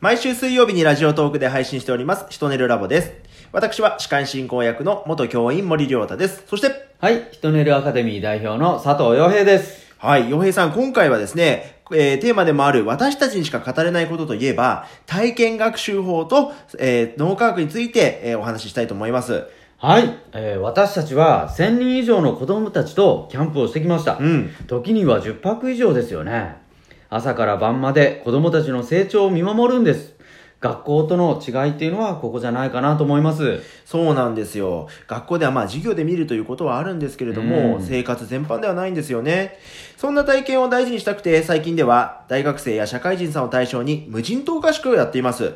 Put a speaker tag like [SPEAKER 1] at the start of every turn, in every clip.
[SPEAKER 1] 毎週水曜日にラジオトークで配信しております、ヒトネルラボです。私は、歯科医進行役の元教員森良太です。そして、
[SPEAKER 2] はい、ヒトネルアカデミー代表の佐藤洋平です。
[SPEAKER 1] はい、洋平さん、今回はですね、えーテーマでもある私たちにしか語れないことといえば、体験学習法と、えー脳科学について、えーお話ししたいと思います。
[SPEAKER 2] はい、えー私たちは1000人以上の子供たちとキャンプをしてきました。
[SPEAKER 1] うん
[SPEAKER 2] 時には10泊以上ですよね。朝から晩まで子供たちの成長を見守るんです。学校との違いっていうのはここじゃないかなと思います。
[SPEAKER 1] そうなんですよ。学校ではまあ授業で見るということはあるんですけれども、
[SPEAKER 2] うん
[SPEAKER 1] 生活全般ではないんですよね。そんな体験を大事にしたくて、最近では大学生や社会人さんを対象に無人島合宿をやっています。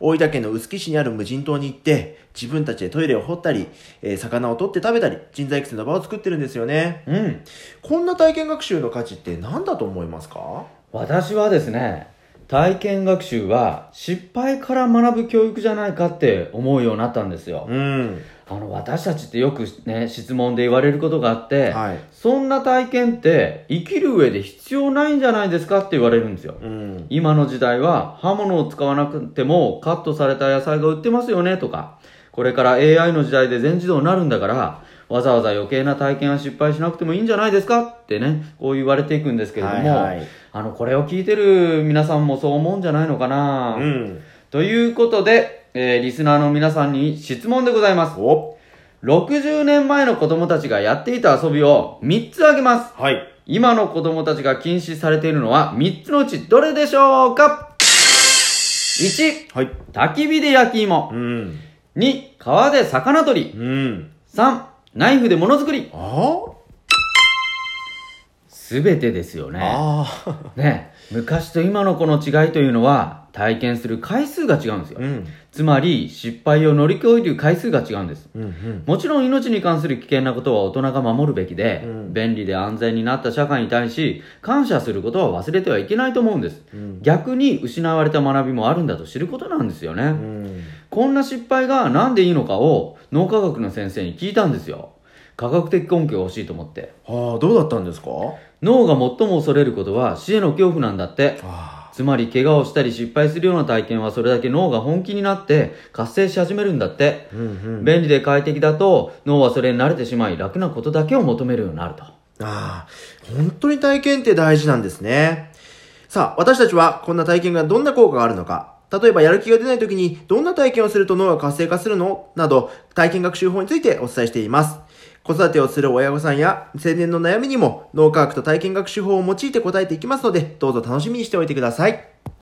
[SPEAKER 1] 大分県の臼杵市にある無人島に行って、自分たちでトイレを掘ったり、えー魚を取って食べたり、人材育成の場を作ってるんですよね。
[SPEAKER 2] うん。
[SPEAKER 1] こんな体験学習の価値って何だと思いますか
[SPEAKER 2] 私はですね、体験学習は失敗から学ぶ教育じゃないかって思うようになったんですよ。
[SPEAKER 1] うん。
[SPEAKER 2] あの私たちってよくね質問で言われることがあって、
[SPEAKER 1] はい
[SPEAKER 2] そんな体験って生きる上で必要ないんじゃないですかって言われるんですよ、
[SPEAKER 1] うん。
[SPEAKER 2] 今の時代は刃物を使わなくてもカットされた野菜が売ってますよねとかこれから AI の時代で全自動になるんだからわざわざ余計な体験は失敗しなくてもいいんじゃないですかってねこう言われていくんですけれども、
[SPEAKER 1] はいはい
[SPEAKER 2] あのこれを聞いてる皆さんもそう思うんじゃないのかな、
[SPEAKER 1] うん。
[SPEAKER 2] ということで、えーリスナーの皆さんに質問でございます
[SPEAKER 1] お
[SPEAKER 2] 60年前の子供たちがやっていた遊びを3つ挙げます。
[SPEAKER 1] はい。
[SPEAKER 2] 今の子供たちが禁止されているのは3つのうちどれでしょうか ?1、
[SPEAKER 1] はい。
[SPEAKER 2] 焚き火で焼き芋
[SPEAKER 1] う。ん。
[SPEAKER 2] 2、川で魚取り。
[SPEAKER 1] うん。
[SPEAKER 2] 3、ナイフでものづくり。
[SPEAKER 1] ああ
[SPEAKER 2] すべてですよね。
[SPEAKER 1] あ
[SPEAKER 2] ね、昔と今の子の違いというのは体験する回数が違うんです
[SPEAKER 1] あ。
[SPEAKER 2] よ。
[SPEAKER 1] ん。
[SPEAKER 2] つまり失敗を乗り越える回数が違うんです。
[SPEAKER 1] うんうん。
[SPEAKER 2] もちろん命に関する危険なことは大人が守るべきで、
[SPEAKER 1] うん
[SPEAKER 2] 便利で安全になった社会に対し感謝することは忘れてはいけないと思うんです、
[SPEAKER 1] うん
[SPEAKER 2] 逆に失われた学びもあるんだと知ることなんですよね、
[SPEAKER 1] うん。
[SPEAKER 2] こんな失敗がなんでいいのかを脳科学の先生に聞いたんですよ科学的根拠が欲しいと思って
[SPEAKER 1] ああ、どうだったんですか
[SPEAKER 2] 脳が最も恐れることは死への恐怖なんだって
[SPEAKER 1] あ
[SPEAKER 2] つまり怪我をしたり失敗するような体験はそれだけ脳が本気になって活性し始めるんだって
[SPEAKER 1] あ。うんうん。
[SPEAKER 2] 便利で快適だと脳はそれに慣れてしまい楽なことだけを求めるようになると
[SPEAKER 1] ああ、本当に体験って大事なんですね。さあ、私たちはこんな体験がどんな効果があるのか。例えばやる気が出ない時にどんな体験をすると脳が活性化するのなど体験学習法についてお伝えしています。子育てをする親御さんや青年の悩みにも脳科学と体験学習法を用いて答えていきますのでどうぞ楽しみにしておいてください。